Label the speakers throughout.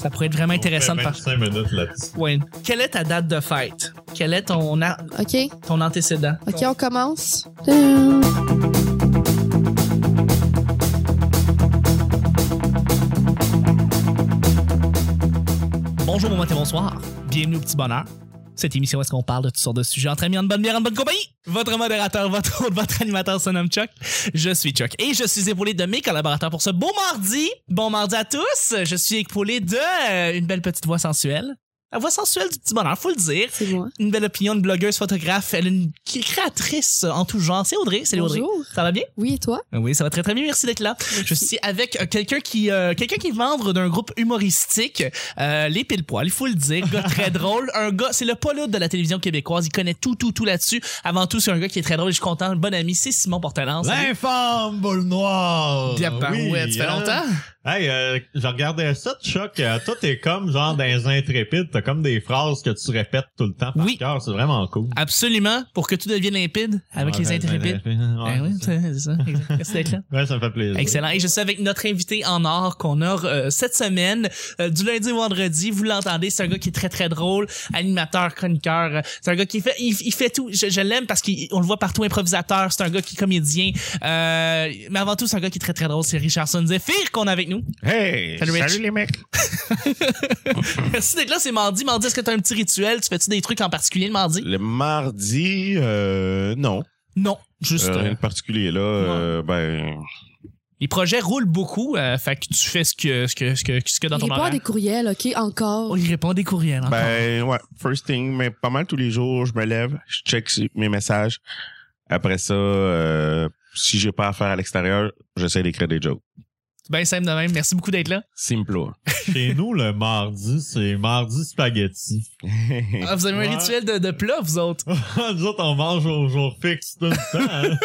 Speaker 1: Ça pourrait être vraiment intéressant
Speaker 2: On
Speaker 1: de
Speaker 2: fait
Speaker 1: faire.
Speaker 2: 25 minutes là-dessus.
Speaker 1: Ouais. Quelle est ta date de fête? Quel est ton, a-
Speaker 3: OK?
Speaker 1: ton antécédent?
Speaker 3: OK, on commence. Euh, Tadam!
Speaker 1: Bonjour, bon matin, bonsoir. Bienvenue au Petit Bonheur. Cette émission, où est-ce qu'on parle de toutes sortes de sujets entre amis, en bonne bière, en bonne compagnie? Votre modérateur, votre hôte, votre animateur se nomme Chuck. Je suis Chuck et je suis épaulé de mes collaborateurs pour ce beau mardi. Bon mardi à tous. Je suis épaulé de euh, une belle petite voix sensuelle. La voix sensuelle du Petit Bonheur, faut le dire.
Speaker 3: C'est moi.
Speaker 1: Une belle opinion, une blogueuse, photographe, elle est une créatrice en tout genre. C'est Audrey, c'est Audrey.
Speaker 3: Bonjour.
Speaker 1: Ça va bien?
Speaker 3: Oui, et toi?
Speaker 1: Oui, ça va très très bien. Merci d'être là. Je suis avec euh, quelqu'un qui euh, quelqu'un qui est membre d'un groupe humoristique, euh, les pile poil, il faut le dire, gars très drôle, un gars, c'est le poids lourd de la télévision québécoise, il connaît tout tout tout là-dessus. Avant tout, c'est un gars qui est très drôle, et je suis content, un bon ami, c'est Simon Portelance.
Speaker 2: L'infâme boule noire! Oui,
Speaker 1: ouais, tu fais
Speaker 2: hein.
Speaker 1: longtemps
Speaker 2: Hey, euh, je regardais ça, Chuck. Euh, toi, t'es comme genre dans les intrépides. T'as comme des phrases que tu répètes tout le temps par
Speaker 1: Oui.
Speaker 2: cœur. C'est vraiment cool.
Speaker 1: Absolument, pour que tout devienne limpide avec
Speaker 2: Ouais,
Speaker 1: les
Speaker 2: ben,
Speaker 1: intrépides.
Speaker 2: ben,
Speaker 1: Ben
Speaker 2: ouais,
Speaker 1: oui,
Speaker 2: c'est ça.
Speaker 1: c'est c'est ça. exact. Merci d'être là.
Speaker 2: Ouais, ça me fait plaisir.
Speaker 1: Excellent. Et je suis avec notre invité en or qu'on a euh, cette semaine, euh, du lundi au vendredi. Vous l'entendez, c'est un gars qui est très très drôle, animateur, chroniqueur. Euh, C'est un gars qui fait, il, il fait tout. Je, je l'aime parce qu'on le voit partout, improvisateur. C'est un gars qui est comédien. Euh, mais avant tout, c'est un gars qui est très très drôle. C'est Richardson Zephyr qu'on a avec nous.
Speaker 4: Hey!
Speaker 1: Salut, Rich.
Speaker 4: les mecs!
Speaker 1: Merci d'être là. C'est mardi. Mardi, est-ce que t'as un petit rituel Tu fais-tu des trucs en particulier le mardi
Speaker 4: Le mardi, euh, non.
Speaker 1: Non, juste.
Speaker 4: Euh,
Speaker 1: euh,
Speaker 4: rien de particulier, là. euh, ben,
Speaker 1: les projets roulent beaucoup. euh, fait que tu fais ce que ce que ce que ce que dans
Speaker 3: Il
Speaker 1: ton
Speaker 3: répond à
Speaker 1: horaire.
Speaker 3: des courriels, OK? Encore.
Speaker 1: Oh, il répond à des courriels. encore.
Speaker 4: ben, ouais. First thing, mais pas mal tous les jours, je me lève, je check si- mes messages. Après ça, euh, si j'ai pas à faire à l'extérieur, j'essaie d'écrire des jokes.
Speaker 1: ben simple de même. Merci beaucoup d'être là.
Speaker 4: Simple.
Speaker 2: Chez nous, le mardi, c'est mardi spaghetti.
Speaker 1: Ah, vous avez un
Speaker 2: Ouais.
Speaker 1: rituel de, de plat, vous autres.
Speaker 2: Nous autres, on mange au jour fixe tout le temps. hein.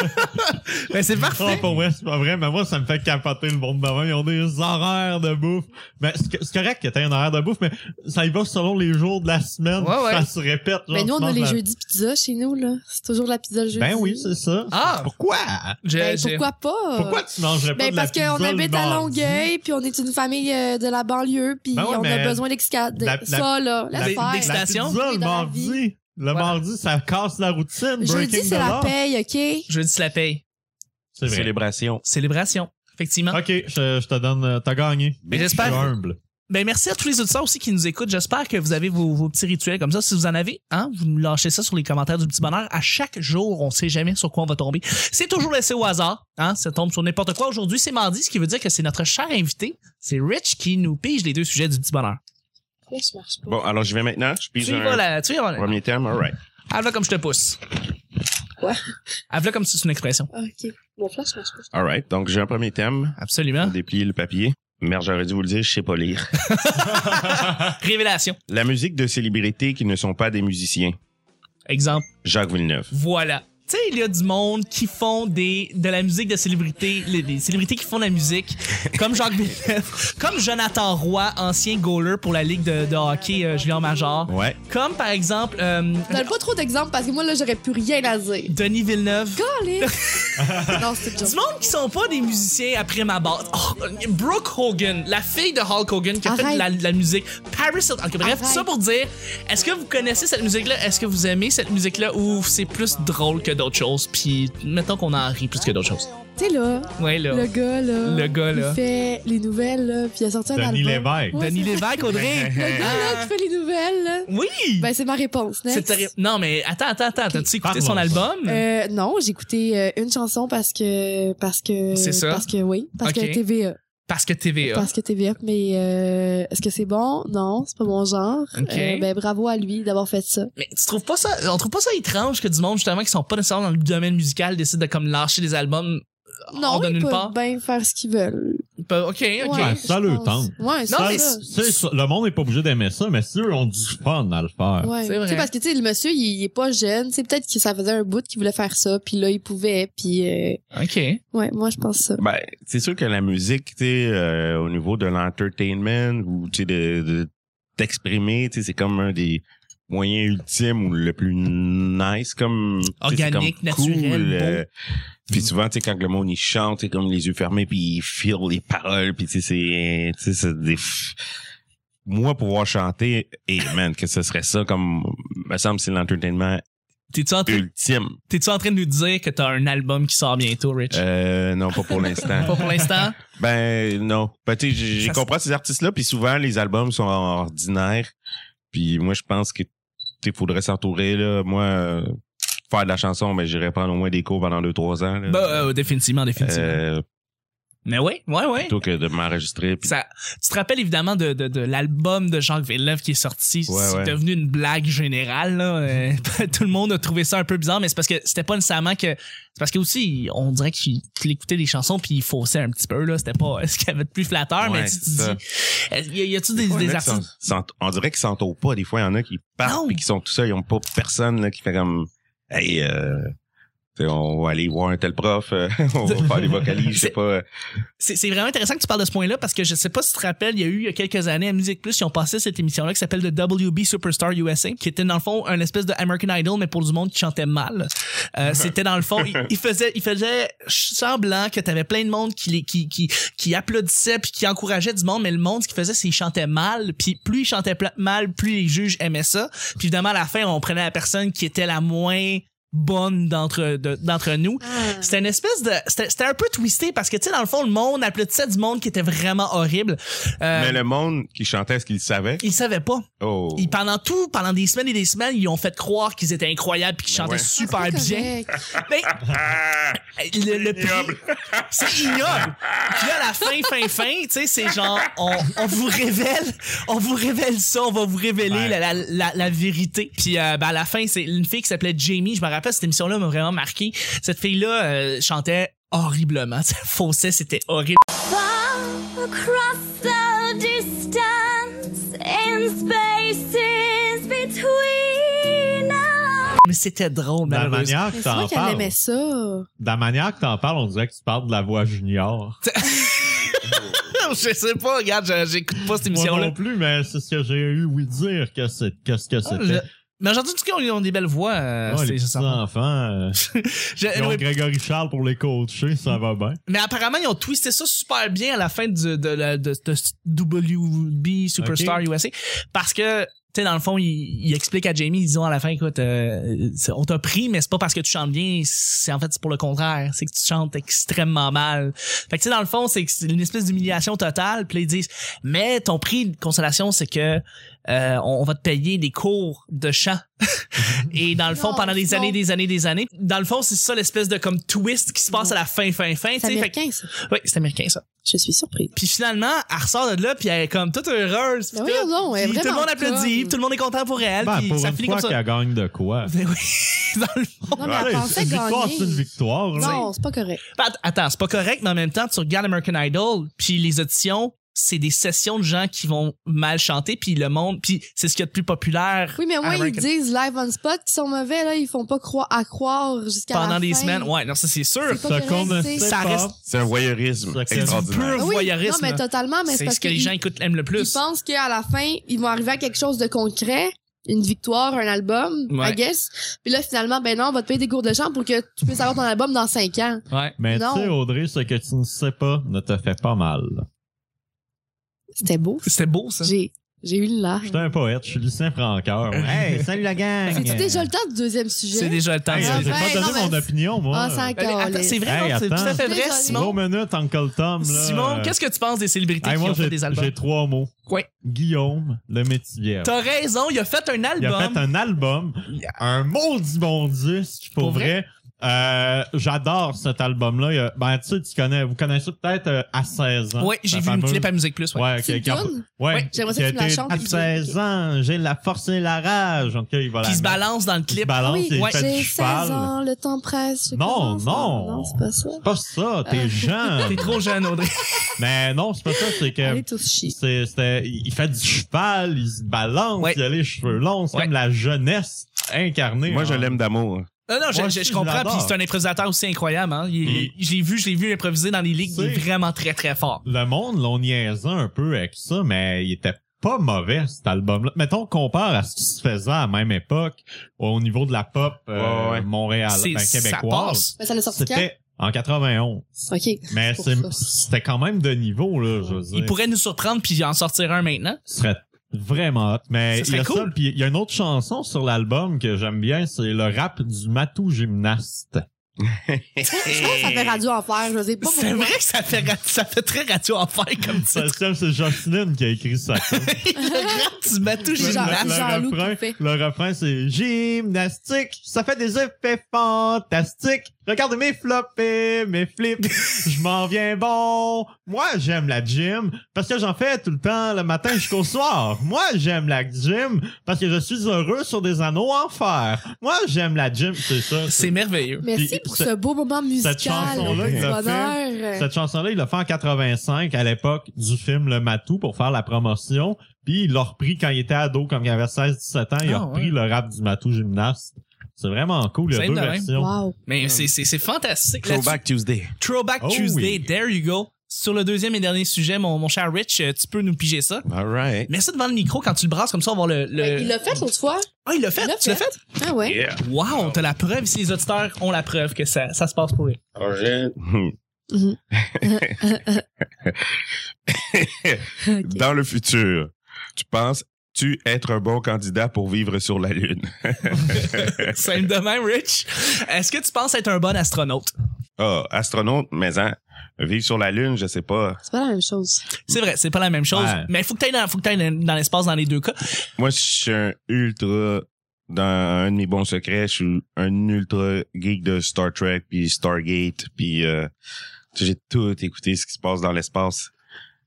Speaker 1: Ben, c'est
Speaker 2: Ah,
Speaker 1: parfait.
Speaker 2: pour vrai, c'est pas vrai, mais moi, ça me fait capoter le monde d'avant. Ils ont des horaires de bouffe. Mais c'est que- c'est correct que t'aies un horaire de bouffe, mais ça y va selon les jours de la semaine.
Speaker 1: Ouais, ouais.
Speaker 2: Ça se répète. genre,
Speaker 3: Ben, nous, on
Speaker 2: tu
Speaker 3: a
Speaker 2: manges
Speaker 3: les
Speaker 2: la-
Speaker 3: jeudis pizza chez nous, là. C'est toujours de la pizza le jeudi.
Speaker 2: Ben oui, c'est ça.
Speaker 1: Ah!
Speaker 2: Pourquoi?
Speaker 1: J'ai-
Speaker 3: Ben,
Speaker 1: j'ai-
Speaker 3: pourquoi pas?
Speaker 2: Pourquoi tu mangerais pas
Speaker 3: Ben,
Speaker 2: de la
Speaker 3: parce
Speaker 2: pizza
Speaker 3: qu'on
Speaker 2: le
Speaker 3: habite à
Speaker 2: mardi?
Speaker 3: Longueuil, puis on est une famille euh, de la banlieue, puis
Speaker 2: Ben ouais,
Speaker 3: on a
Speaker 2: mais
Speaker 3: besoin d'excade.
Speaker 2: la- la-
Speaker 3: Ça, là,
Speaker 2: la-
Speaker 3: laisse
Speaker 1: d'exca-
Speaker 3: faire.
Speaker 2: La
Speaker 1: Station?
Speaker 2: pizza le
Speaker 3: Oui, dans la vie.
Speaker 2: mardi. Le
Speaker 1: Voilà.
Speaker 2: mardi, ça casse la routine.
Speaker 3: Jeudi,
Speaker 2: Breaking
Speaker 3: c'est
Speaker 2: the
Speaker 3: la
Speaker 2: law.
Speaker 3: paye, OK?
Speaker 1: Jeudi, c'est la paye.
Speaker 2: C'est vrai.
Speaker 4: Célébration.
Speaker 1: Célébration. Effectivement.
Speaker 2: Ok, je, je te donne. euh, T'as gagné.
Speaker 1: Mais
Speaker 2: Je suis
Speaker 1: j'espère-
Speaker 2: humble.
Speaker 1: Ben, merci à tous les auditeurs aussi qui nous écoutent. J'espère que vous avez vos, vos petits rituels comme ça. Si vous en avez, hein, vous nous lâchez ça sur les commentaires du petit bonheur. À chaque jour, on sait jamais sur quoi on va tomber. C'est toujours laissé au hasard, hein. Ça tombe sur n'importe quoi. Aujourd'hui, c'est mardi, ce qui veut dire que c'est notre cher invité. C'est Rich qui nous pige les deux sujets du petit bonheur.
Speaker 4: Bon, alors je vais maintenant. Je pige
Speaker 1: Tu y
Speaker 4: un
Speaker 1: vas là, tu y vas là.
Speaker 4: premier thème. All right.
Speaker 1: Avela comme je te pousse.
Speaker 3: Quoi?
Speaker 1: Avela comme c'est une expression.
Speaker 3: OK. Mon flash marche pas.
Speaker 4: All right. Donc, j'ai un premier thème.
Speaker 1: Absolument.
Speaker 4: Déplier le papier. Merde, j'aurais dû vous le dire, je sais pas lire.
Speaker 1: Révélation.
Speaker 4: La musique de célébrités qui ne sont pas des musiciens.
Speaker 1: Exemple.
Speaker 4: Jacques Villeneuve.
Speaker 1: Voilà. Tu sais, il y a du monde qui font des, de la musique de célébrités, les, les célébrités qui font de la musique, comme Jacques Villeneuve, comme Jonathan Roy, ancien goaler pour la Ligue de, de hockey euh, Julien Major,
Speaker 4: Ouais.
Speaker 1: comme par exemple euh,
Speaker 3: Donne pas trop d'exemples parce que moi, là, j'aurais plus rien à dire.
Speaker 1: Denis Villeneuve.
Speaker 3: Calice! non, c'est une
Speaker 1: Du
Speaker 3: joke.
Speaker 1: monde qui sont pas des musiciens après ma base. Oh, Brooke Hogan, la fille de Hulk Hogan qui a fait de la,
Speaker 3: Arrête.
Speaker 1: de la musique. Paris Hilton. Ok, bref,
Speaker 3: Arrête.
Speaker 1: ça pour dire, est-ce que vous connaissez cette musique-là? Est-ce que vous aimez cette musique-là ou c'est plus drôle que d'autres choses? Puis mettons qu'on en rit plus que d'autres choses.
Speaker 3: Tu sais, là,
Speaker 1: Ouais, là.
Speaker 3: le gars, là.
Speaker 1: Le gars, là.
Speaker 3: Il fait les nouvelles, là, puis il a sorti un
Speaker 2: Denis
Speaker 3: album.
Speaker 2: Lévesque.
Speaker 3: Ouais,
Speaker 1: Denis
Speaker 3: c'est-
Speaker 1: Lévesque, Audrey.
Speaker 3: Le gars, là, qui fait les nouvelles, là.
Speaker 1: Oui!
Speaker 3: Ben, c'est ma réponse, next.
Speaker 1: C'est Hmm. terrible. Non, mais attends, attends, attends. T'as-tu écouté son
Speaker 2: Parle-moi.
Speaker 1: album?
Speaker 3: Euh, non, j'ai écouté euh, une chanson parce que parce que
Speaker 1: C'est ça?
Speaker 3: parce que oui, parce
Speaker 1: Ok.
Speaker 3: que TVA,
Speaker 1: Parce que TVA.
Speaker 3: parce que TVA, mais euh, est-ce que c'est bon Non, c'est pas mon genre.
Speaker 1: Ok.
Speaker 3: Euh, ben bravo à lui d'avoir fait ça.
Speaker 1: Mais tu trouves pas ça, on trouve pas ça étrange que du monde, justement, qui sont pas nécessairement dans le domaine musical, décide de comme lâcher des albums hors
Speaker 3: Non,
Speaker 1: de
Speaker 3: ils
Speaker 1: nulle part?
Speaker 3: peuvent bien faire ce qu'ils veulent.
Speaker 1: Ils peuvent- Ok, ok.
Speaker 3: Ouais,
Speaker 2: Ben, ça
Speaker 3: je
Speaker 2: le
Speaker 3: pense.
Speaker 2: tente.
Speaker 3: Ouais,
Speaker 1: Non,
Speaker 2: Ça,
Speaker 3: c'est
Speaker 1: mais
Speaker 3: ça.
Speaker 2: c'est ça. le monde n'est pas obligé d'aimer ça, mais si eux ont du fun à le faire.
Speaker 3: Ouais.
Speaker 1: C'est
Speaker 3: Tu
Speaker 1: vrai.
Speaker 3: sais, parce que tu sais le monsieur il, il est pas jeune, c'est peut-être que ça faisait un bout qu'il voulait faire ça, puis là il pouvait, puis euh,
Speaker 1: OK.
Speaker 3: ouais, moi je pense ça.
Speaker 4: Ben, c'est sûr que la musique, tu sais, euh, au niveau de l'entertainment ou tu sais de de- t'exprimer, tu sais, c'est comme un des moyens ultimes ou le plus nice comme tu sais, c'est
Speaker 1: Organique,
Speaker 4: comme euh,
Speaker 1: naturel, beau. Mm.
Speaker 4: puis souvent, tu sais, quand le monde il chante, c'est comme les yeux fermés, puis il file les paroles, puis tu sais, c'est, tu sais, c'est des, moi, pouvoir chanter, et man, que ce serait ça comme, me semble, que c'est l'entertainment
Speaker 1: T'es-tu en, train-
Speaker 4: ultime.
Speaker 1: t'es-tu en train de nous dire que t'as un album qui sort bientôt, Rich?
Speaker 4: Euh, non, pas pour l'instant.
Speaker 1: Pas pour l'instant?
Speaker 4: Ben non. Ben, tu sais, j'ai j'ai
Speaker 1: Ça se-
Speaker 4: compris ces artistes-là, puis souvent les albums sont ordinaires. Puis moi, je pense que il faudrait s'entourer là. Moi, euh, faire de la chanson, ben j'irais prendre au moins des cours pendant deux trois ans. Là.
Speaker 1: Ben, euh, définitivement, définitivement.
Speaker 4: Euh,
Speaker 1: Mais oui, oui, oui.
Speaker 4: plutôt que de m'enregistrer. puis-
Speaker 1: Ça, tu te rappelles évidemment de, de, de l'album de Jacques Villeneuve qui est sorti.
Speaker 4: Ouais,
Speaker 1: c'est
Speaker 4: ouais.
Speaker 1: devenu une blague générale. là. Euh, Tout le monde a trouvé ça un peu bizarre, mais c'est parce que c'était pas nécessairement que. C'est parce que aussi, on dirait qu'il qu'il écoutait des chansons puis il faussait un petit peu. là C'était pas ce qu'il y avait de plus flatteur,
Speaker 4: Ouais,
Speaker 1: mais tu te
Speaker 4: c'est ça.
Speaker 1: dis. euh, Y a- y a-tu des,
Speaker 4: Des fois, il y en
Speaker 1: des
Speaker 4: a qui
Speaker 1: artistes.
Speaker 4: s'en- s'en- on dirait qu'ils s'entourent pas. Des fois, il y en a qui
Speaker 1: Non.
Speaker 4: partent et qui sont tout seuls. Ils n'ont pas personne là, qui fait comme Hey, euh, tu sais, on va aller voir un tel prof, euh, on va faire des vocalises, je sais
Speaker 1: C'est- euh,
Speaker 4: pas.
Speaker 1: C'est c'est vraiment intéressant que tu parles de ce point-là parce que je sais pas si tu te rappelles, il y a eu il y a quelques années à Musique Plus, ils ont passé cette émission-là qui s'appelle The WB Superstar USA, qui était dans le fond un espèce de American Idol, mais pour du monde qui chantait mal. Euh, C'était dans le fond, il, il faisait, il faisait semblant que t'avais plein de monde qui, les- qui, qui, qui applaudissait puis qui encourageait du monde, mais le monde, ce qu'il faisait, c'est qu'il chantait mal, puis plus il chantait pla- mal, plus les juges aimaient ça. Puis évidemment, à la fin, on prenait la personne qui était la moins bonne d'entre de- d'entre nous. C'était une espèce de. C'était c'était un peu twisté parce que, tu sais, dans le fond, le monde applaudissait du monde qui était vraiment horrible. Euh,
Speaker 4: Mais le monde qui chantait ce qu'il savait.
Speaker 1: Ils savaient pas.
Speaker 4: Oh.
Speaker 1: Ils, pendant tout, pendant des semaines et des semaines, ils ont fait croire qu'ils étaient incroyables puis qu'ils
Speaker 4: Ben
Speaker 1: chantaient
Speaker 4: ouais.
Speaker 3: Ah,
Speaker 1: super bien. Mais Ben, euh, le, le prix, c'est ignoble. Puis là, à la fin, fin, fin, tu sais, c'est genre, on, on vous révèle, on vous révèle ça, on va vous révéler
Speaker 2: Ouais.
Speaker 1: la, la, la, la vérité. Puis euh, ben, à la fin, c'est une fille qui s'appelait Jamie. Je me rappelle, cette émission-là m'a vraiment marqué. Cette fille-là euh, chantait horriblement. Ça faussait, c'était horrible.
Speaker 5: far across the distance in spaces between us.
Speaker 1: Mais c'était drôle,
Speaker 2: De la
Speaker 1: malheureusement.
Speaker 2: manière que
Speaker 3: Mais c'est vrai
Speaker 2: t'en
Speaker 3: qu'elle
Speaker 2: parles.
Speaker 3: aimait ça.
Speaker 2: De la manière que t'en parles, on dirait que tu parles de la voix junior.
Speaker 1: je sais pas, regarde, je- j'écoute pas cette
Speaker 2: Moi
Speaker 1: émission-là.
Speaker 2: non plus, mais c'est ce que j'ai eu oui dire que c'est que ce que
Speaker 1: Ah,
Speaker 2: c'était.
Speaker 1: je- Mais aujourd'hui, du coup, ils ont des belles voix. euh,
Speaker 2: Ah,
Speaker 1: c'est-
Speaker 2: les petits
Speaker 1: ça-
Speaker 2: enfants. euh,
Speaker 1: Je-
Speaker 2: ils ont
Speaker 1: anyway,
Speaker 2: Grégory Charles pour les coacher, ça va bien.
Speaker 1: mais apparemment, ils ont twisté ça super bien à la fin du- de, la- de, de WB Superstar USA. Parce que, tu sais, dans le fond, ils ils expliquent à Jamie, ils disent à la fin, écoute, euh, c'est- on t'a pris, mais c'est pas parce que tu chantes bien, c'est en fait, c'est pour le contraire. C'est que tu chantes extrêmement mal. Fait que, tu sais, dans le fond, c'est que c'est une espèce d'humiliation totale. Puis là, ils disent, mais ton prix de consolation, c'est que euh, on, on va te payer des cours de chant. Et dans le fond,
Speaker 3: Non,
Speaker 1: pendant des
Speaker 3: non.
Speaker 1: années, des années, des années, dans le fond, c'est ça l'espèce de comme twist qui se passe à la fin, fin, fin. tu sais. Fait
Speaker 3: C'est
Speaker 1: que-
Speaker 3: américain, ça.
Speaker 1: Oui, c'est américain, ça.
Speaker 3: Je suis surprise.
Speaker 1: Puis finalement, elle ressort de là, puis elle est comme toute heureuse. puis
Speaker 3: Ben
Speaker 1: tout.
Speaker 3: voyons donc, elle est
Speaker 1: Puis tout le
Speaker 3: vraiment
Speaker 1: monde applaudit,
Speaker 3: comme-
Speaker 1: tout le monde est content pour elle,
Speaker 2: Ben,
Speaker 1: puis
Speaker 2: pour
Speaker 1: ça
Speaker 2: une
Speaker 1: finit
Speaker 2: fois
Speaker 1: comme ça.
Speaker 2: qu'elle gagne de quoi.
Speaker 1: Ben oui, dans le fond.
Speaker 3: Non, mais elle
Speaker 4: Ouais,
Speaker 3: pensait
Speaker 2: une victoire, c'est une
Speaker 3: gagner.
Speaker 2: victoire. là.
Speaker 3: Non, c'est pas correct.
Speaker 1: Ben, att- Attends, c'est pas correct, mais en même temps, tu regardes American Idol, puis les auditions, c'est des sessions de gens qui vont mal chanter, puis le monde, puis c'est ce qu'il y a de plus populaire.
Speaker 3: Oui, mais au moins, ils
Speaker 1: Ah, American-
Speaker 3: disent live on spot qu'ils sont mauvais, là. Ils font pas croire à croire jusqu'à la
Speaker 1: Pendant des
Speaker 3: fin.
Speaker 1: semaines, ouais, non, ça c'est sûr.
Speaker 3: C'est pas
Speaker 2: Ce
Speaker 3: correct,
Speaker 2: qu'on ne
Speaker 3: c'est-
Speaker 2: sait
Speaker 1: Ça
Speaker 2: pas,
Speaker 1: reste-
Speaker 4: C'est un voyérisme
Speaker 2: C'est
Speaker 4: extraordinaire.
Speaker 1: pur
Speaker 3: Ah oui,
Speaker 1: voyeurisme.
Speaker 3: Non, mais totalement, mais c'est
Speaker 1: c'est
Speaker 3: parce
Speaker 1: ce que les
Speaker 3: qu'ils-
Speaker 1: gens écoutent aiment le
Speaker 3: ils
Speaker 1: plus.
Speaker 3: pensent qu'à la fin, ils vont arriver à quelque chose de concret. Une victoire, un album,
Speaker 1: Ouais.
Speaker 3: I guess. Puis là, finalement, ben non, on va te payer des cours de chant pour que tu puisses avoir ton album dans 5 ans.
Speaker 1: Ouais.
Speaker 2: Mais tu
Speaker 3: Non.
Speaker 2: sais, Audrey, ce que tu ne sais pas ne te fait pas mal.
Speaker 3: C'était beau.
Speaker 1: C'était beau ça.
Speaker 3: J'ai, j'ai eu une larme.
Speaker 2: J'étais un poète, je suis Lucien Francoeur.
Speaker 1: Hey,
Speaker 2: salut la gang!
Speaker 3: C'est-tu déjà le temps du deuxième sujet?
Speaker 1: C'est déjà le temps.
Speaker 2: Hey,
Speaker 1: de-
Speaker 3: Ah,
Speaker 2: j'ai
Speaker 3: ouais,
Speaker 2: pas donné
Speaker 3: non,
Speaker 2: mon
Speaker 3: mais-
Speaker 2: opinion, moi.
Speaker 3: Ah, ça
Speaker 1: Ben, attends, c'est vrai,
Speaker 2: Hey,
Speaker 1: non, c'est tout
Speaker 2: attends.
Speaker 1: à fait vrai,
Speaker 3: Désolée.
Speaker 1: Simon.
Speaker 2: Gros minute, Uncle Tom. Là.
Speaker 1: Simon,
Speaker 2: Euh,
Speaker 1: qu'est-ce que tu penses des célébrités
Speaker 2: hey,
Speaker 1: qui
Speaker 2: moi,
Speaker 1: ont fait
Speaker 2: j'ai-
Speaker 1: des
Speaker 2: J'ai
Speaker 1: albums?
Speaker 2: trois mots.
Speaker 1: Ouais.
Speaker 2: Guillaume, le métier.
Speaker 1: T'as raison, il a fait un
Speaker 2: Il a
Speaker 1: album.
Speaker 2: fait un album, un maudit bon disque, pour
Speaker 1: Pour vrai?
Speaker 2: vrai. Euh, J'adore cet album-là. Il y a- Ben, tu sais, tu connais, vous connaissez peut-être euh, à 16 ans.
Speaker 1: Ouais, j'ai
Speaker 2: la
Speaker 1: vu une
Speaker 2: fameuse-
Speaker 1: clip à Musique Plus. Ouais.
Speaker 2: Ouais,
Speaker 3: C'est
Speaker 2: qui-
Speaker 3: une
Speaker 2: qui a-
Speaker 3: toune?
Speaker 1: Ouais,
Speaker 2: Ouais,
Speaker 3: j'aimerais ça
Speaker 2: qui a
Speaker 3: que tu me la
Speaker 2: été
Speaker 3: chantes,
Speaker 2: À
Speaker 3: puis-
Speaker 2: 16 ans, j'ai la force et la rage. En tout cas, il va la
Speaker 1: Qui se
Speaker 2: mettre.
Speaker 1: balance dans le
Speaker 2: Il se
Speaker 1: clip.
Speaker 2: balance,
Speaker 3: oui,
Speaker 2: il
Speaker 1: ouais.
Speaker 2: fait
Speaker 3: j'ai
Speaker 2: du
Speaker 3: 16
Speaker 2: cheval.
Speaker 3: ans, le temps presse. je
Speaker 2: Non,
Speaker 3: commence.
Speaker 2: non. Euh,
Speaker 3: Non, c'est pas ça.
Speaker 2: C'est pas ça, t'es jeune.
Speaker 1: T'es trop jeune, Audrey.
Speaker 2: Mais non, c'est pas ça, c'est
Speaker 3: Elle
Speaker 2: que
Speaker 3: est tous chier.
Speaker 2: c'est, c'était- il fait du cheval, il se balance,
Speaker 1: Ouais.
Speaker 2: il a les cheveux longs, c'est
Speaker 1: Ouais.
Speaker 2: comme la jeunesse incarnée.
Speaker 4: Moi, je
Speaker 2: hein.
Speaker 4: l'aime d'amour.
Speaker 1: Non, non, je,
Speaker 2: Moi
Speaker 1: je- je
Speaker 2: aussi, je
Speaker 1: comprends.
Speaker 2: l'adore.
Speaker 1: Puis c'est un improvisateur aussi incroyable. Hein. Il-
Speaker 4: Mhm.
Speaker 1: il- je l'ai vu, je l'ai vu improviser dans les ligues. Il est
Speaker 2: C'est-
Speaker 1: vraiment très, très fort.
Speaker 2: Le monde, l'on niaisait un peu avec ça, mais il était pas mauvais, cet album-là. Mettons, compare à ce qui se faisait à la même époque, au niveau de la pop euh,
Speaker 4: Ouais, ouais.
Speaker 2: Montréal,
Speaker 1: C'est-
Speaker 2: ben,
Speaker 1: ça
Speaker 2: québécoise.
Speaker 1: passe.
Speaker 3: Mais ça l'a sorti quand?
Speaker 2: C'était en 91.
Speaker 3: OK.
Speaker 2: Mais
Speaker 3: pour
Speaker 2: c'est-
Speaker 3: ça.
Speaker 2: c'était quand même de niveau, là, je veux dire.
Speaker 1: Il pourrait nous surprendre puis en sortir un maintenant.
Speaker 2: Ce serait Vraiment hot. Mais
Speaker 1: Ça
Speaker 2: il y
Speaker 1: serait
Speaker 2: a ça,
Speaker 1: cool.
Speaker 2: puis il y a une autre chanson sur l'album que j'aime bien, c'est le rap du Matou Gymnaste.
Speaker 3: Je pense que ça fait radio en fer, je sais pas
Speaker 1: C'est
Speaker 3: pourquoi.
Speaker 1: vrai que ça fait, ra- ça fait très radio en fer comme ça.
Speaker 2: Ça, C'est c'est Jocelyne qui a écrit ça.
Speaker 1: le grand bateau
Speaker 3: Jean-
Speaker 1: gymnaste.
Speaker 3: Jean-Loup
Speaker 2: refrain,
Speaker 3: Poupée.
Speaker 2: le refrain, c'est gymnastique, ça fait des effets fantastiques. Regarde mes floppés, mes flips, je m'en viens bon. Moi, j'aime la gym parce que j'en fais tout le temps le matin jusqu'au soir. Moi, j'aime la gym parce que je suis heureux sur des anneaux en fer. Moi, j'aime la gym, c'est ça.
Speaker 1: C'est merveilleux.
Speaker 3: Merci
Speaker 2: Puis
Speaker 3: pour
Speaker 2: ce-
Speaker 3: ce beau moment musical.
Speaker 2: chanson-là,
Speaker 3: du
Speaker 2: il l'a
Speaker 3: bonheur.
Speaker 2: Cette chanson-là, il l'a fait en 85 à l'époque du film Le Matou pour faire la promotion. Puis il l'a repris quand il était ado, quand il avait 16-17 ans. Il a
Speaker 1: Ah,
Speaker 2: repris le rap du Matou gymnaste. C'est vraiment cool. Il y a
Speaker 1: C'est
Speaker 2: deux
Speaker 1: de même.
Speaker 2: versions.
Speaker 3: Wow.
Speaker 1: Mais c'est- c'est c'est fantastique.
Speaker 4: Throwback Tuesday.
Speaker 1: Là-dessus, Throwback
Speaker 2: Oh
Speaker 1: Tuesday,
Speaker 2: oui.
Speaker 1: there you go. Sur le deuxième et dernier sujet, mon, mon cher Rich, euh, tu peux nous piger ça.
Speaker 4: All right.
Speaker 1: Mets ça devant le micro quand tu le brasses, comme ça on va voir le. le-
Speaker 3: Mais Ben, Il l'a fait l'autre fois.
Speaker 1: Ah, il l'a fait?
Speaker 3: il l'a
Speaker 1: tu l'as fait?
Speaker 3: Ah ouais.
Speaker 4: Yeah.
Speaker 1: Wow, t'as la preuve ici, les auditeurs ont la preuve que ça, ça se passe pour eux.
Speaker 4: All right.
Speaker 3: Ok.
Speaker 4: Dans le futur, tu penses-tu être un bon candidat pour vivre sur la Lune?
Speaker 1: Simple de même, Rich. Est-ce que tu penses être un bon astronaute?
Speaker 4: Ah, astronaute, mais hein, vivre sur la Lune, je sais pas.
Speaker 3: C'est pas la même chose.
Speaker 1: C'est vrai, c'est pas la même chose,
Speaker 2: Ouais.
Speaker 1: mais il faut que t'ailles dans, faut que t'ailles dans dans l'espace dans les deux cas.
Speaker 4: Moi, je suis un ultra, dans un de mes bons secrets, je suis un ultra geek de Star Trek, puis Stargate, puis euh, tu sais, j'ai tout écouté ce qui se passe dans l'espace.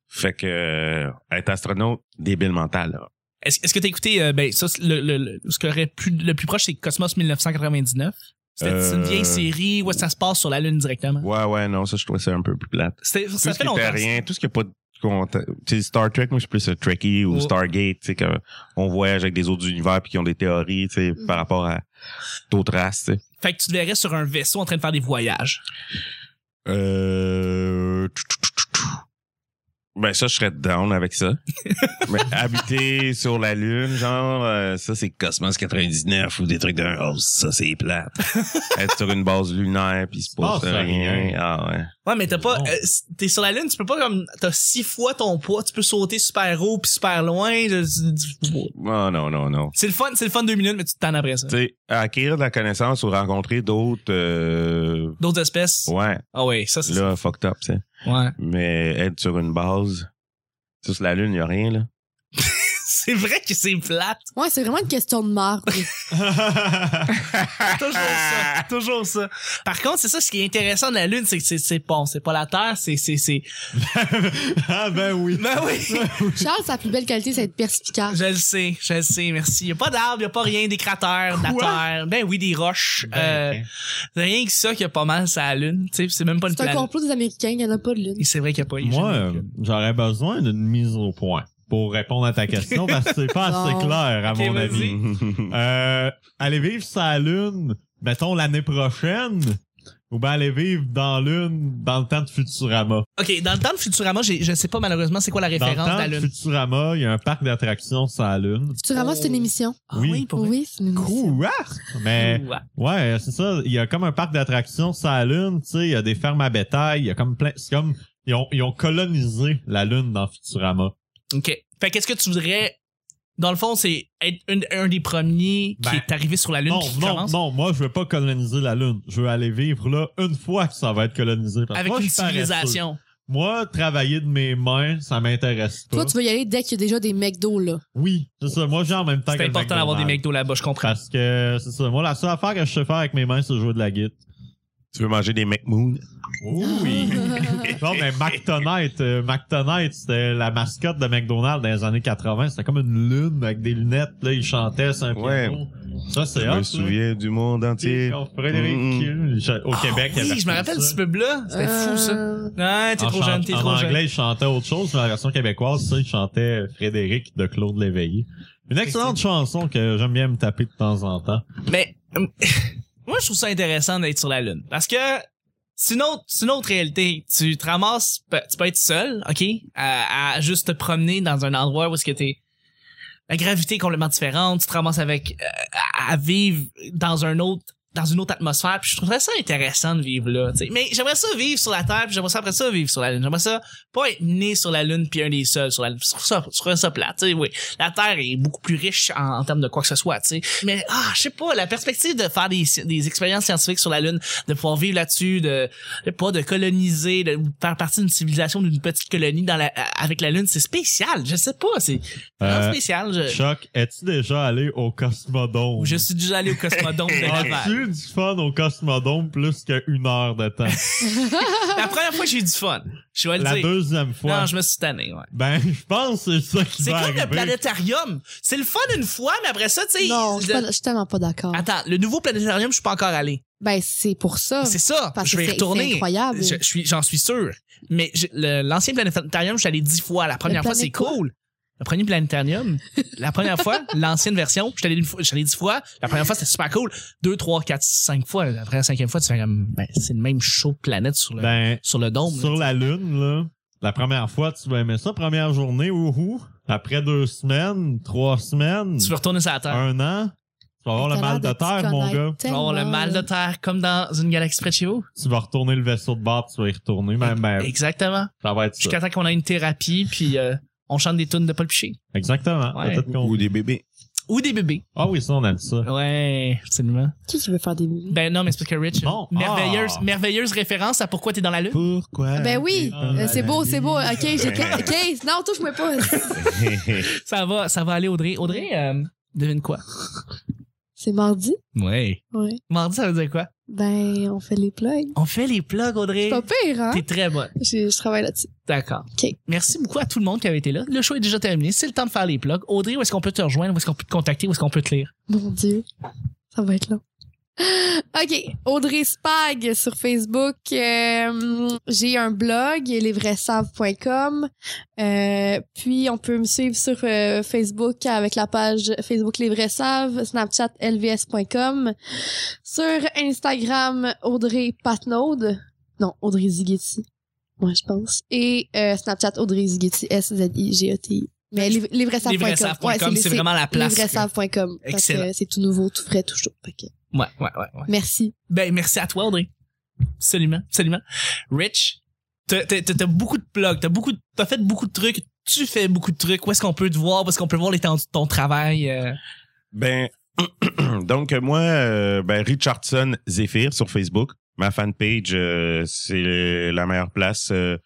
Speaker 4: Fait que euh, être astronaute, débile mental. là.
Speaker 1: Est-ce est-ce que t'as écouté, euh, ben, ça, c'est le, le, le- ce qui aurait pu, le plus proche, c'est Cosmos 1999. C'était
Speaker 4: Euh,
Speaker 1: c'est une vieille série où ça se passe sur la Lune directement.
Speaker 4: Ouais, ouais, non, ça, je trouvais ça un peu plus plate.
Speaker 1: C'était-
Speaker 4: Tout
Speaker 1: Ça fait
Speaker 4: ce qui
Speaker 1: longtemps.
Speaker 4: fait rien, tout ce qui est pas de contact. Tu sais, Star Trek, moi, je suis plus euh, Trekkie ou
Speaker 1: Ouais.
Speaker 4: Stargate, tu sais, quand on voyage avec des autres univers puis qui ont des théories, tu sais,
Speaker 3: Mm.
Speaker 4: par rapport à d'autres races, tu sais.
Speaker 1: Fait que tu te verrais sur un vaisseau en train de faire des voyages.
Speaker 4: Euh... tchou, tchou, tchou, tchou, tchou. Ben ça, je serais down avec ça. Mais habiter sur la Lune, genre, euh, ça c'est Cosmos 99 ou des trucs d'un... Oh, ça c'est plate. Être sur une base lunaire puis il se
Speaker 2: passe
Speaker 4: passe rien.
Speaker 2: rien.
Speaker 4: Ah ouais.
Speaker 1: Ouais, mais t'as pas,
Speaker 2: Bon.
Speaker 1: euh, s- t'es sur la Lune, tu peux pas comme, t'as six fois ton poids, tu peux sauter super haut puis super loin. Je-
Speaker 4: Oh non, non, non.
Speaker 1: C'est le fun, c'est le fun deux minutes, mais tu te tannes après ça.
Speaker 4: Tu sais, acquérir de la connaissance ou rencontrer d'autres... euh,
Speaker 1: D'autres espèces.
Speaker 4: Ouais,
Speaker 1: Ah ouais, ça c'est ça.
Speaker 4: là, fucked up, tu sais.
Speaker 1: Ouais.
Speaker 4: Mais être sur une base... tu sais, Sur la Lune, il a rien, là.
Speaker 1: C'est vrai que c'est plate.
Speaker 3: Ouais, c'est vraiment une question de marque.
Speaker 1: Toujours ça. Toujours ça. Par contre, c'est ça, ce qui est intéressant de la Lune, c'est que c'est, c'est pas, c'est pas la Terre, c'est, c'est, c'est.
Speaker 2: ah ben oui.
Speaker 1: Ben oui!
Speaker 3: Charles, sa plus belle qualité, c'est d'être perspicace.
Speaker 1: Je le sais, je le sais, merci. Y a pas d'arbres, y a pas rien, des cratères, de la
Speaker 2: Quoi?
Speaker 1: terre. Ben oui, des roches. Euh, c'est rien que ça qui a pas mal sa lune. Tu sais, c'est même pas une
Speaker 3: C'est un
Speaker 1: planète.
Speaker 3: complot des Américains, il y en a pas de lune.
Speaker 1: Et c'est vrai qu'il y a pas. il y a
Speaker 2: Moi,
Speaker 1: jamais eu de
Speaker 2: euh,
Speaker 1: lune.
Speaker 2: j'aurais besoin d'une mise au point pour répondre à ta question parce que c'est pas assez
Speaker 3: Non.
Speaker 2: clair à
Speaker 1: Ok,
Speaker 2: mon
Speaker 1: vas-y.
Speaker 2: avis. Euh, aller vivre sur la Lune, mettons l'année prochaine, ou ben aller vivre dans Lune dans le temps de Futurama.
Speaker 1: ok, dans le temps de Futurama, j'ai- je sais pas malheureusement c'est quoi la
Speaker 2: Dans le
Speaker 1: référence de
Speaker 2: temps
Speaker 1: la
Speaker 2: de
Speaker 1: lune.
Speaker 2: Futurama, il y a un parc d'attractions sur la Lune.
Speaker 3: Futurama, c'est une émission.
Speaker 1: Ah
Speaker 2: Oui.
Speaker 1: oui, pour vrai.
Speaker 3: Oui, c'est une émission.
Speaker 2: Quoi? Mais
Speaker 1: Ouah.
Speaker 2: ouais, c'est ça. Il y a comme un parc d'attractions sur la Lune, tu sais, il y a des fermes à bétail, il y a comme plein. C'est comme ils ont, ils ont colonisé la Lune dans Futurama.
Speaker 1: Ok. Fait qu'est-ce que tu voudrais? Dans le fond, c'est être une- un des premiers qui
Speaker 2: Ben,
Speaker 1: est arrivé sur la lune.
Speaker 2: Non,
Speaker 1: puis qui
Speaker 2: non,
Speaker 1: commence.
Speaker 2: non, moi je veux pas coloniser la Lune. Je veux aller vivre là une fois que ça va être colonisé. Parce que
Speaker 1: Avec
Speaker 2: moi,
Speaker 1: une
Speaker 2: je suis paresseux.
Speaker 1: civilisation.
Speaker 2: Moi, travailler de mes mains, ça m'intéresse pas.
Speaker 3: Toi, tu veux y aller dès qu'il y a déjà des McDo, là.
Speaker 2: Oui, c'est ça. Moi, j'ai en même temps
Speaker 1: C'est
Speaker 2: que le
Speaker 1: important d'avoir des
Speaker 2: McDonald's.
Speaker 1: McDo là-bas, je comprends.
Speaker 2: Parce que c'est ça. Moi, la seule affaire que je sais faire avec mes mains, c'est jouer de la guitare.
Speaker 4: Tu veux manger des McMoon?
Speaker 2: Oui. non, mais McTonite, euh, McTonite, c'était la mascotte de McDonald's dans les années 80. C'était comme une lune avec des lunettes. Là, il chantait sur un
Speaker 4: Ouais.
Speaker 2: piano. Ça, c'est
Speaker 4: Je
Speaker 2: hot.
Speaker 4: me
Speaker 2: là.
Speaker 4: souviens du monde entier.
Speaker 2: Quand Frédéric
Speaker 4: Mm, mm.
Speaker 2: Kiel, je- au
Speaker 1: Ah
Speaker 2: Québec. il avait
Speaker 1: Oui, je me
Speaker 2: fait
Speaker 1: rappelle
Speaker 2: ça.
Speaker 1: ce pub-là. C'était fou, ça.
Speaker 3: Euh,
Speaker 1: Ouais, t'es
Speaker 2: En
Speaker 1: trop jeune,
Speaker 2: chant-
Speaker 1: t'es
Speaker 2: en
Speaker 1: trop jeune.
Speaker 2: anglais, il chantait autre chose, mais la version québécoise, ça, il chantait Frédéric de Claude Léveillé. Une excellente chanson que j'aime bien me taper de temps en temps.
Speaker 1: Mais euh, moi, je trouve ça intéressant d'être sur la Lune. Parce que c'est une autre, c'est une autre réalité. Tu te ramasses, pe- tu peux être seul, OK? À, à juste te promener dans un endroit où est-ce que t'es... La gravité est complètement différente. Tu te ramasses avec... euh, à à vivre dans un autre dans une autre atmosphère. Puis je trouverais ça intéressant de vivre là. tu sais. Mais j'aimerais ça vivre sur la Terre, puis j'aimerais ça après ça vivre sur la Lune. J'aimerais ça pas être né sur la Lune puis un des seuls sur la Lune. Je trouve ça, je trouverais ça plat. tu sais, oui. La Terre est beaucoup plus riche en, en termes de quoi que ce soit. tu sais. Mais ah, je sais pas, la perspective de faire des, sci- des expériences scientifiques sur la Lune, de pouvoir vivre là-dessus, de, de pas de coloniser, de faire partie d'une civilisation, d'une petite colonie dans la, avec la Lune, c'est spécial. Je sais pas, c'est vraiment
Speaker 2: Euh,
Speaker 1: spécial. Je,
Speaker 2: Choc, es-tu déjà allé au Cosmodome?
Speaker 1: je suis déjà allé au Cosmodome de Laval.
Speaker 2: As-tu eu du fun au Cosmodome plus qu'une heure de temps?
Speaker 1: La première fois, j'ai eu du fun. Je vais le
Speaker 2: La
Speaker 1: dire.
Speaker 2: deuxième fois.
Speaker 1: Non, je me suis tanné, ouais.
Speaker 2: Ben, je pense que c'est ça qui
Speaker 1: C'est
Speaker 2: va
Speaker 1: comme
Speaker 2: arriver.
Speaker 1: le planétarium. C'est le fun une fois, mais après ça, tu sais.
Speaker 3: Non, je suis
Speaker 1: le-
Speaker 3: pas- je suis tellement pas d'accord.
Speaker 1: Attends, le nouveau planétarium, je suis pas encore allé.
Speaker 3: Ben, c'est pour ça.
Speaker 1: C'est ça.
Speaker 3: Parce
Speaker 1: je vais
Speaker 3: que
Speaker 1: y
Speaker 3: c'est-
Speaker 1: retourner.
Speaker 3: c'est incroyable.
Speaker 1: Je- je suis- J'en suis sûr. Mais je- le- l'ancien planétarium, je suis allé dix fois. La première
Speaker 3: Le
Speaker 1: fois,
Speaker 3: plané
Speaker 1: c'est
Speaker 3: quoi?
Speaker 1: cool. Le premier planétarium, la première fois, l'ancienne version, je suis allé une fois- je suis allé dix fois. La première fois, c'était super cool. Deux, trois, quatre, cinq fois. Après la cinquième fois, tu fais comme, ben, c'est le même show de planète sur le,
Speaker 2: Ben,
Speaker 1: sur le dôme. là.
Speaker 2: sur la Lune, là, la première fois, tu vas aimer ça. Première journée, ouhou. Après deux semaines, trois semaines,
Speaker 1: Tu veux retourner sur la Terre.
Speaker 2: un an, tu vas avoir Oh, le
Speaker 3: T'as
Speaker 2: mal
Speaker 3: l'air
Speaker 2: de
Speaker 3: t'y
Speaker 2: terre, mon
Speaker 3: connaître
Speaker 2: gars.
Speaker 1: Tu vas avoir Oh, le
Speaker 3: tellement,
Speaker 1: mal de
Speaker 3: là.
Speaker 1: terre comme dans une galaxie près de chez vous.
Speaker 2: Tu vas retourner le vaisseau de bord, tu vas y retourner. Ben, ben,
Speaker 1: Exactement.
Speaker 2: ça va être ça.
Speaker 1: Jusqu'à temps qu'on a une thérapie, puis euh, on chante des tunes de Paul Piché.
Speaker 2: Exactement.
Speaker 1: Ouais.
Speaker 2: Peut-être qu'on-
Speaker 4: Ou des bébés.
Speaker 1: Ou des bébés.
Speaker 2: Ah oui, ça, on aime ça.
Speaker 1: Ouais, absolument.
Speaker 3: Qui qui veut faire des bébés?
Speaker 1: Ben non, mais c'est parce que Rich,
Speaker 2: Bon.
Speaker 1: merveilleuse,
Speaker 2: Ah.
Speaker 1: merveilleuse référence à pourquoi t'es dans la lune.
Speaker 4: Pourquoi?
Speaker 3: Ben oui, euh, c'est beau, c'est beau. Ok, j'ai 15. Non, touche-moi pas.
Speaker 1: Ça va, ça va aller, Audrey. Audrey, euh, devine quoi?
Speaker 3: C'est mardi?
Speaker 1: Ouais.
Speaker 3: Ouais.
Speaker 1: Mardi, ça veut dire quoi?
Speaker 3: Ben, on fait les plugs.
Speaker 1: On fait les plugs, Audrey.
Speaker 3: C'est pas pire, hein?
Speaker 1: T'es très bonne.
Speaker 3: Je, je travaille là-dessus.
Speaker 1: D'accord.
Speaker 3: OK.
Speaker 1: Merci beaucoup à tout le monde qui avait été là. Le show est déjà terminé. C'est le temps de faire les plugs. Audrey, où est-ce qu'on peut te rejoindre? Où est-ce qu'on peut te contacter? Où est-ce qu'on peut te lire?
Speaker 3: Mon Dieu, ça va être long. OK, Audrey Spag sur Facebook. Euh, j'ai un blog, lesvraissaves.com. Euh, puis, on peut me suivre sur euh, Facebook avec la page Facebook Les Vrais Saves, Snapchat lvs.com. Sur Instagram, Audrey Patnaud. Non, Audrey Zighetti, moi je pense. Et euh, Snapchat, Audrey Zighetti, S-Z-I-G-E-T-I. E Mais les, les vrais saves.com. Ouais,
Speaker 1: Lesvraissaves.com, c'est
Speaker 3: les-
Speaker 1: vraiment la place. que-
Speaker 3: Lesvraissaves.com. Parce
Speaker 1: Excellent.
Speaker 3: que c'est tout nouveau, tout frais, tout chaud. Fait que
Speaker 1: Ouais, ouais, ouais, ouais.
Speaker 3: Merci.
Speaker 1: Ben, merci à toi, Audrey. Absolument, absolument. Rich, t'as t'as- t'as- t'as beaucoup de plugs, t'as beaucoup, de- t'as fait beaucoup de trucs, tu fais beaucoup de trucs. Où est-ce qu'on peut te voir? Où est-ce qu'on peut voir les temps de ton travail? euh?
Speaker 4: Ben, donc moi, euh, ben Richardson Zephyr sur Facebook. Ma fanpage, euh, c'est la meilleure place euh,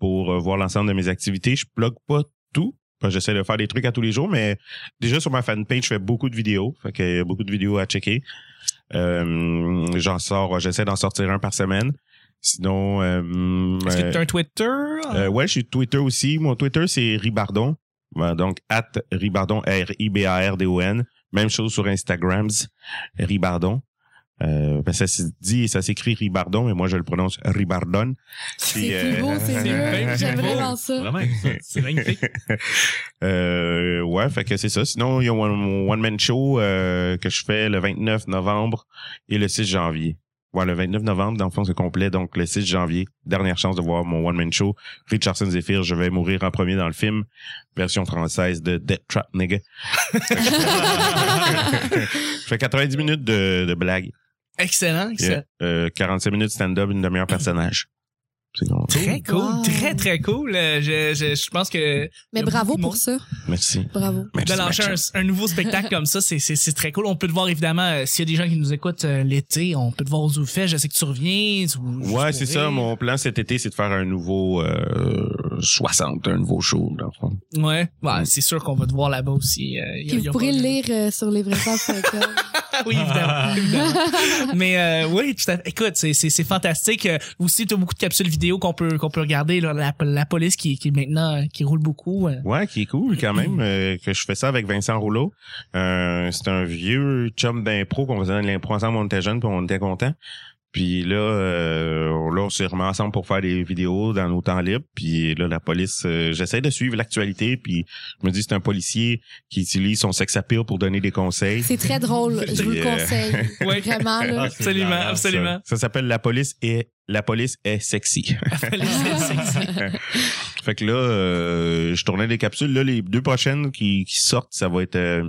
Speaker 4: pour euh, voir l'ensemble de mes activités. Je blogue pas tout. parce que J'essaie de faire des trucs à tous les jours, mais déjà sur ma fanpage, je fais beaucoup de vidéos. Fait qu'il y a beaucoup de vidéos à checker. Euh, j'en sors, j'essaie d'en sortir un par semaine. Sinon, euh,
Speaker 1: Est-ce que
Speaker 4: euh,
Speaker 1: t'as un Twitter?
Speaker 3: hein?
Speaker 4: euh, ouais, je suis Twitter aussi. Mon Twitter, c'est Ribardon. Ouais, donc, at Ribardon, R-I-B-A-R-D-O-N. Même chose sur Instagrams, Ribardon. Euh, ben, ça se dit et ça s'écrit Ribardon, mais moi, je le prononce Ribardon.
Speaker 3: C'est
Speaker 4: Puis,
Speaker 3: plus beau,
Speaker 4: euh,
Speaker 3: c'est
Speaker 1: bien
Speaker 3: mieux.
Speaker 1: plus
Speaker 3: J'aime
Speaker 1: beau.
Speaker 3: vraiment ça.
Speaker 2: Vraiment exotique.
Speaker 1: C'est magnifique.
Speaker 4: Euh, ouais, fait que c'est ça. Sinon, il y a mon one-man show euh, que je fais le 29 novembre et le 6 janvier. Ouais, le 29 novembre, dans le fond, c'est complet. Donc, le 6 janvier, dernière chance de voir mon one-man show. Richardson Zephyr, je vais mourir en premier dans le film. Version française de Death Trap, nigga. je fais 90 minutes de, de blagues.
Speaker 1: excellent, excellent.
Speaker 4: Yeah. Euh, 45 minutes stand-up, une demi-heure personnage. C'est bon.
Speaker 1: Très cool,
Speaker 3: Wow.
Speaker 1: très très cool. Euh, Je, je, je pense que Il
Speaker 3: Mais
Speaker 1: y a
Speaker 3: bravo
Speaker 1: beaucoup de
Speaker 3: pour
Speaker 1: monde.
Speaker 3: ça.
Speaker 4: Merci.
Speaker 3: Bravo.
Speaker 1: de
Speaker 4: Merci,
Speaker 1: lancer
Speaker 4: Max.
Speaker 1: un, un nouveau spectacle comme ça, c'est- c'est c'est très cool. On peut te voir évidemment, euh, s'il y a des gens qui nous écoutent euh, l'été, on peut te voir aux Zoufets. Je sais que tu reviens. tu-
Speaker 4: Ouais,
Speaker 1: tu
Speaker 4: c'est
Speaker 1: pourrais.
Speaker 4: ça. Mon plan cet été, c'est de faire un nouveau euh, 60, un nouveau show, dans le fond.
Speaker 1: Ouais,
Speaker 4: Mm.
Speaker 1: ouais c'est sûr qu'on va te voir là-bas aussi. euh, y a-
Speaker 3: Puis
Speaker 1: y a
Speaker 3: vous pourrez
Speaker 1: pas-
Speaker 3: le lire euh, sur lesvraissaves.com.
Speaker 1: Ah oui, évidemment. évidemment. Mais euh, oui, tout à fait. Écoute, c'est, c'est, c'est fantastique. Euh, aussi, tu as beaucoup de capsules vidéo qu'on peut, qu'on peut regarder. là, la, la police qui, qui est maintenant euh, qui roule beaucoup. euh.
Speaker 4: Ouais, qui est cool quand même, euh, que je fais ça avec Vincent Rouleau. Euh, c'est un vieux chum d'impro qu'on faisait de l'impro ensemble, on était jeunes, puis on était contents. Puis là, euh, là, on s'est remis ensemble pour faire des vidéos dans nos temps libres. Puis là, la police, euh, j'essaie de suivre l'actualité. Puis je me dis, c'est un policier qui utilise son sex appeal pour donner des conseils.
Speaker 3: C'est très drôle. Je vous le
Speaker 4: Yeah.
Speaker 3: conseille.
Speaker 1: Ouais.
Speaker 3: Vraiment, là.
Speaker 2: Ah, c'est
Speaker 1: Absolument,
Speaker 2: malade, ça.
Speaker 1: absolument.
Speaker 4: Ça s'appelle La police et La police est sexy. Fait que là, euh, je tournais des capsules. Là, les deux prochaines qui, qui sortent, ça va être... euh,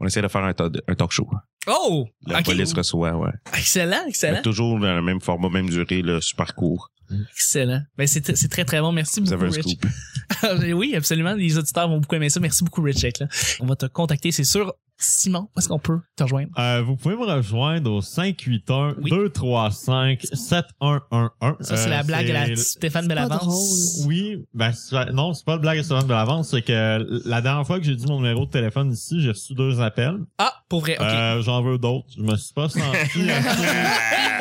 Speaker 4: on essaie de faire un, ta- un talk show.
Speaker 1: Oh!
Speaker 4: La
Speaker 1: Ok.
Speaker 4: police reçoit, ouais.
Speaker 1: Excellent,
Speaker 4: Mais
Speaker 1: excellent,
Speaker 4: toujours dans le même format, même durée, le super court.
Speaker 1: excellent. Ben, c'est c'est très, très bon. Merci
Speaker 4: Vous
Speaker 1: beaucoup,
Speaker 4: avez un
Speaker 1: Rich.
Speaker 4: scoop.
Speaker 1: oui, absolument. Les auditeurs vont beaucoup aimer ça. Merci beaucoup, Rich. Check, là. On va te contacter, c'est sûr. Simon, où est-ce qu'on peut te rejoindre?
Speaker 2: Euh, vous pouvez me rejoindre au 581
Speaker 1: Oui.
Speaker 2: 235 7111.
Speaker 1: Ça, c'est
Speaker 2: Euh,
Speaker 1: la blague de la Stéphane
Speaker 3: pas
Speaker 1: Bellavance.
Speaker 3: drôle.
Speaker 2: Oui, ben ça- non, c'est pas de blague de l'avance, c'est que la dernière fois que j'ai dit mon numéro de téléphone ici, j'ai reçu deux appels.
Speaker 1: Ah, pour vrai, ok.
Speaker 2: Euh, J'en veux d'autres. Je me suis pas senti assez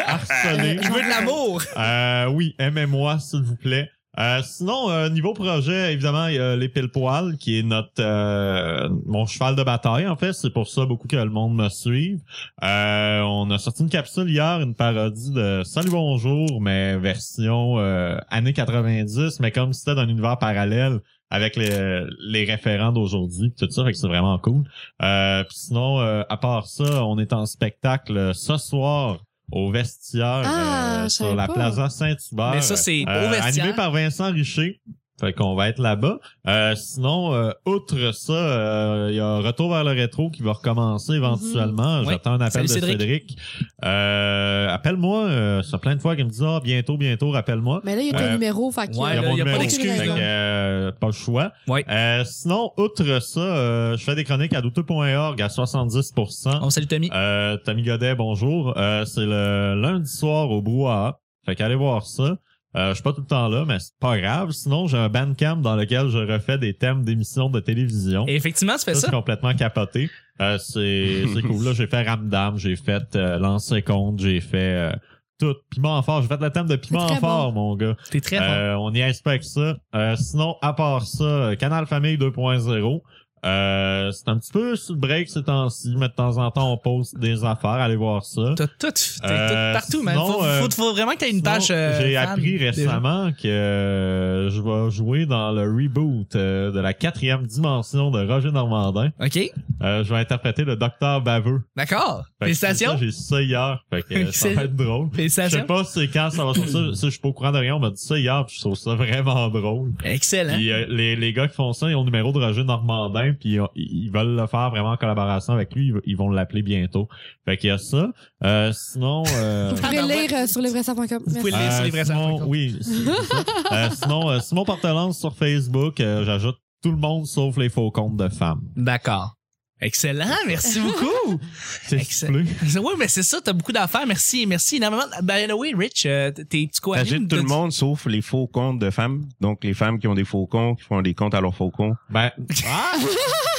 Speaker 2: harcelé.
Speaker 1: Je veux de l'amour!
Speaker 2: Euh, oui, aimez-moi, s'il vous plaît. Euh, sinon, euh, niveau projet, évidemment, il y a les pile poils qui est notre euh, mon cheval de bataille, en fait. C'est pour ça beaucoup que le monde me suit. Euh, on a sorti une capsule hier, une parodie de Salut Bonjour, mais version euh, années 90, mais comme si c'était dans un univers parallèle avec les, les référents d'aujourd'hui pis tout ça, fait que c'est vraiment cool. Euh, pis sinon, euh, à part ça, on est en spectacle ce soir au vestiaire
Speaker 3: Ah,
Speaker 2: euh,
Speaker 3: je
Speaker 2: sur
Speaker 3: savais
Speaker 2: la
Speaker 3: pas.
Speaker 2: plaza Saint-Hubert.
Speaker 1: Mais ça, c'est
Speaker 2: Euh,
Speaker 1: au vestiaire.
Speaker 2: Animé par Vincent Richer. Fait qu'on va être là-bas. Euh, sinon, euh, outre ça, euh, il y a Retour vers le rétro qui va recommencer éventuellement.
Speaker 1: Mhm.
Speaker 2: J'attends un
Speaker 1: Salut,
Speaker 2: appel de
Speaker 1: Cédric.
Speaker 2: Cédric. Euh, appelle-moi. euh, ça fait plein de fois qu'il me dit Ah, bientôt, bientôt, rappelle-moi.
Speaker 3: Mais là, il y a ton
Speaker 2: Euh,
Speaker 3: numéro, fait que.
Speaker 1: Ouais,
Speaker 2: Il y
Speaker 1: là,
Speaker 2: a mon
Speaker 1: il n'y a pas
Speaker 2: numéro.
Speaker 1: d'excuse.
Speaker 2: Fait que,
Speaker 1: là.
Speaker 2: euh, pas le choix.
Speaker 1: Ouais.
Speaker 2: Euh, sinon, outre ça, euh, je fais des chroniques à douteux.org à 70%.
Speaker 1: On salue Tommy.
Speaker 2: Euh, Tommy Godet, bonjour. Euh, c'est le lundi soir au Brouhaha. Fait qu'allez voir ça. Euh, je suis pas tout le temps là, mais c'est pas grave. Sinon, j'ai un bandcamp dans lequel je refais des thèmes d'émissions de télévision.
Speaker 1: Et effectivement, tu fais
Speaker 2: Ça, c'est
Speaker 1: ça.
Speaker 2: complètement capoté. Euh, c'est c'est cool. Là, j'ai fait Ramdam, j'ai fait euh, Lancer Compte, j'ai fait euh, tout. Piment fort. J'ai fait le thème de Piment
Speaker 3: C'est très
Speaker 2: fort, mon gars.
Speaker 1: T'es très fort.
Speaker 2: Euh, on y inspecte ça. Euh, sinon, à part ça, euh, Canal Famille 2.0. Euh, c'est un petit peu sur le break ces temps-ci, mais de temps en temps, on poste des affaires. Allez voir ça.
Speaker 1: T'as tout, t'es tout
Speaker 2: euh,
Speaker 1: partout, man.
Speaker 2: sinon,
Speaker 1: Faut,
Speaker 2: euh,
Speaker 1: faut, faut vraiment que t'aies une
Speaker 2: Sinon,
Speaker 1: tâche. euh,
Speaker 2: J'ai
Speaker 1: fan,
Speaker 2: appris
Speaker 1: déjà.
Speaker 2: récemment que euh, je vais jouer dans le reboot euh, de la quatrième dimension de Roger Normandin.
Speaker 1: OK,
Speaker 2: Euh, je vais interpréter le docteur Baveux.
Speaker 1: d'accord.
Speaker 2: Fait que c'est
Speaker 1: Félicitations.
Speaker 2: ça, J'ai su ça hier. Fait que, euh, ça
Speaker 1: C'est-
Speaker 2: va être drôle. Je sais
Speaker 1: Félicitations.
Speaker 2: pas c'est quand ça va sortir. Ça, Je suis pas au courant de rien. On m'a dit ça hier. puis Je trouve ça vraiment drôle.
Speaker 1: Excellent.
Speaker 2: Puis, euh, les, les gars qui font ça, ils ont le numéro de Roger Normandin, puis ils, ont- ils veulent le faire vraiment en collaboration avec lui. Ils, ils vont l'appeler bientôt. Fait qu'il y a ça. Euh, sinon... euh,
Speaker 3: Vous pouvez lire euh, sur lesvraisavants.com.
Speaker 1: Vous pouvez
Speaker 3: Merci.
Speaker 1: lire sur les vrais
Speaker 2: sinon,
Speaker 1: affaires.
Speaker 2: Oui, c'est- c'est ça. Euh, sinon, euh, Simon Portelance sur Facebook, euh, j'ajoute tout le monde sauf les faux comptes de femmes.
Speaker 1: D'accord. Excellent, merci beaucoup.
Speaker 2: C'est
Speaker 1: Excellent.
Speaker 2: soufflé.
Speaker 1: oui, mais c'est ça, t'as beaucoup d'affaires. Merci, merci énormément. By the way, Rich, euh, t'es tu quoi
Speaker 4: T'agites tout le monde sauf les faux comptes de femmes. Donc, les femmes qui ont des faux comptes, qui font des comptes à leurs faux comptes.
Speaker 2: Ben, ah! Je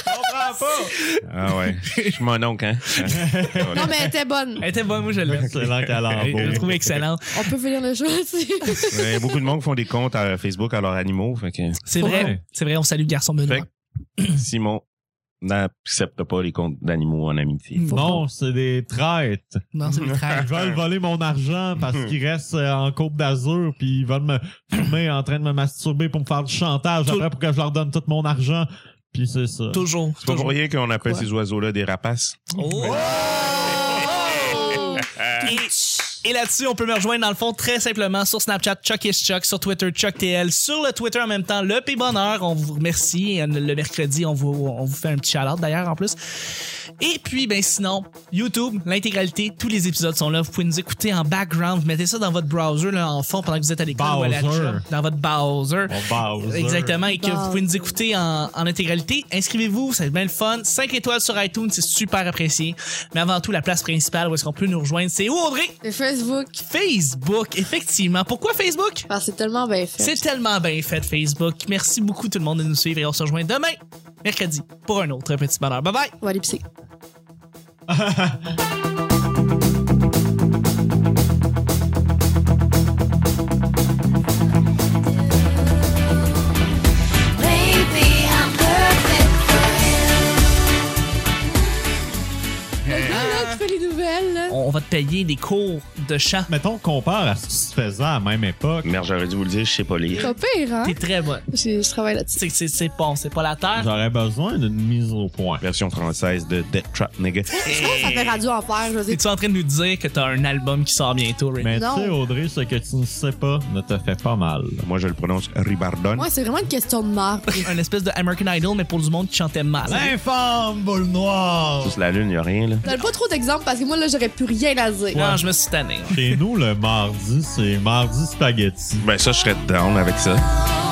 Speaker 2: comprends pas!
Speaker 4: Ah ouais. Je suis mon oncle, hein.
Speaker 3: Non, mais elle était bonne.
Speaker 1: Elle était bonne, Eh, moi je l'aime.
Speaker 2: Excellent
Speaker 1: Je
Speaker 2: calembour.
Speaker 1: la trouve excellente.
Speaker 3: On peut venir le jeu aussi.
Speaker 4: Il y a beaucoup de monde qui font des comptes à Facebook à leurs animaux. Fait que
Speaker 1: C'est
Speaker 2: Ouais.
Speaker 1: vrai, c'est vrai, on salue le garçon Benoît.
Speaker 4: Fait Simon n'accepte pas les comptes d'animaux en amitié.
Speaker 1: Faut
Speaker 2: Non, c'est des traites.
Speaker 1: Non, c'est le
Speaker 2: Ils veulent voler mon argent parce qu'ils restent euh, en Côte d'Azur puis ils veulent me fumer en train de me masturber pour me faire du chantage
Speaker 1: Tout-
Speaker 2: après pour que je leur donne tout mon argent. Puis c'est ça.
Speaker 1: Toujours.
Speaker 4: C'est pas pour
Speaker 1: toujours.
Speaker 4: rien qu'on appelle
Speaker 3: Quoi?
Speaker 4: ces oiseaux-là des rapaces.
Speaker 1: Oh! Et, et là-dessus, on peut me rejoindre dans le fond très simplement sur Snapchat, Chuck is Chuck, sur Twitter, Chuck TL, sur le Twitter en même temps, le P Bonheur. On vous remercie. Et euh, Le mercredi, on vous, on vous fait un petit shout d'ailleurs en plus. Et puis, ben sinon, YouTube, l'intégralité, tous les épisodes sont là. Vous pouvez nous écouter en background. Vous mettez ça dans votre browser, là, en fond, pendant que vous êtes à l'école ou à la
Speaker 2: Bowser.
Speaker 1: job, dans votre browser.
Speaker 2: Mon Bowser.
Speaker 1: Exactement, et que
Speaker 3: Wow.
Speaker 1: vous pouvez nous écouter en, en intégralité. Inscrivez-vous, ça va être bien le fun. 5 étoiles sur iTunes, c'est super apprécié. Mais avant tout, la place principale où est-ce qu'on peut nous rejoindre, c'est où, Audrey?
Speaker 3: Le Facebook.
Speaker 1: Facebook, effectivement. Pourquoi Facebook?
Speaker 3: Ah, c'est tellement bien fait.
Speaker 1: C'est tellement bien fait, Facebook. Merci beaucoup tout le monde de nous suivre et on se rejoint demain, mercredi, pour un autre petit bonheur. Bye bye!
Speaker 3: On va aller pisser.
Speaker 5: Maybe I'm perfect for
Speaker 1: Ah.
Speaker 3: Ah,
Speaker 5: you.
Speaker 3: Là, là, tu fais les nouvelles, là.
Speaker 1: On va te payer des cours de chant.
Speaker 2: Mettons, compare à ce qui se faisait à la même époque.
Speaker 4: Merde, j'aurais dû vous le dire, je sais pas lire.
Speaker 3: Pas pire, hein?
Speaker 1: T'es très bon.
Speaker 3: J'ai- Je travaille là-dessus.
Speaker 1: C'est- C'est c'est bon, c'est pas la terre.
Speaker 2: J'aurais besoin d'une mise au point.
Speaker 4: Version française de Death Trap, nigga.
Speaker 3: Je pense que ça fait radio en faire, je veux dire.
Speaker 1: Es-tu en train de nous dire que t'as un album qui sort bientôt, Ray?
Speaker 2: Mais tu
Speaker 3: Non.
Speaker 2: sais, Audrey, ce que tu ne sais pas ne te fait pas mal.
Speaker 4: Moi, je le prononce Ribardon.
Speaker 3: Ouais, c'est vraiment une question de marque.
Speaker 1: Un espèce de American Idol, mais pour du monde qui chantait mal.
Speaker 2: L'infâme boule noire!
Speaker 4: Juste la lune, y a rien, là.
Speaker 3: Donne pas trop d'exemples parce que moi, là, j'aurais plus rien à dire.
Speaker 1: Non, je me suis tanné.
Speaker 2: Chez nous, le mardi, c'est mardi spaghetti.
Speaker 4: Ben, ça, je serais down avec ça.
Speaker 5: Oh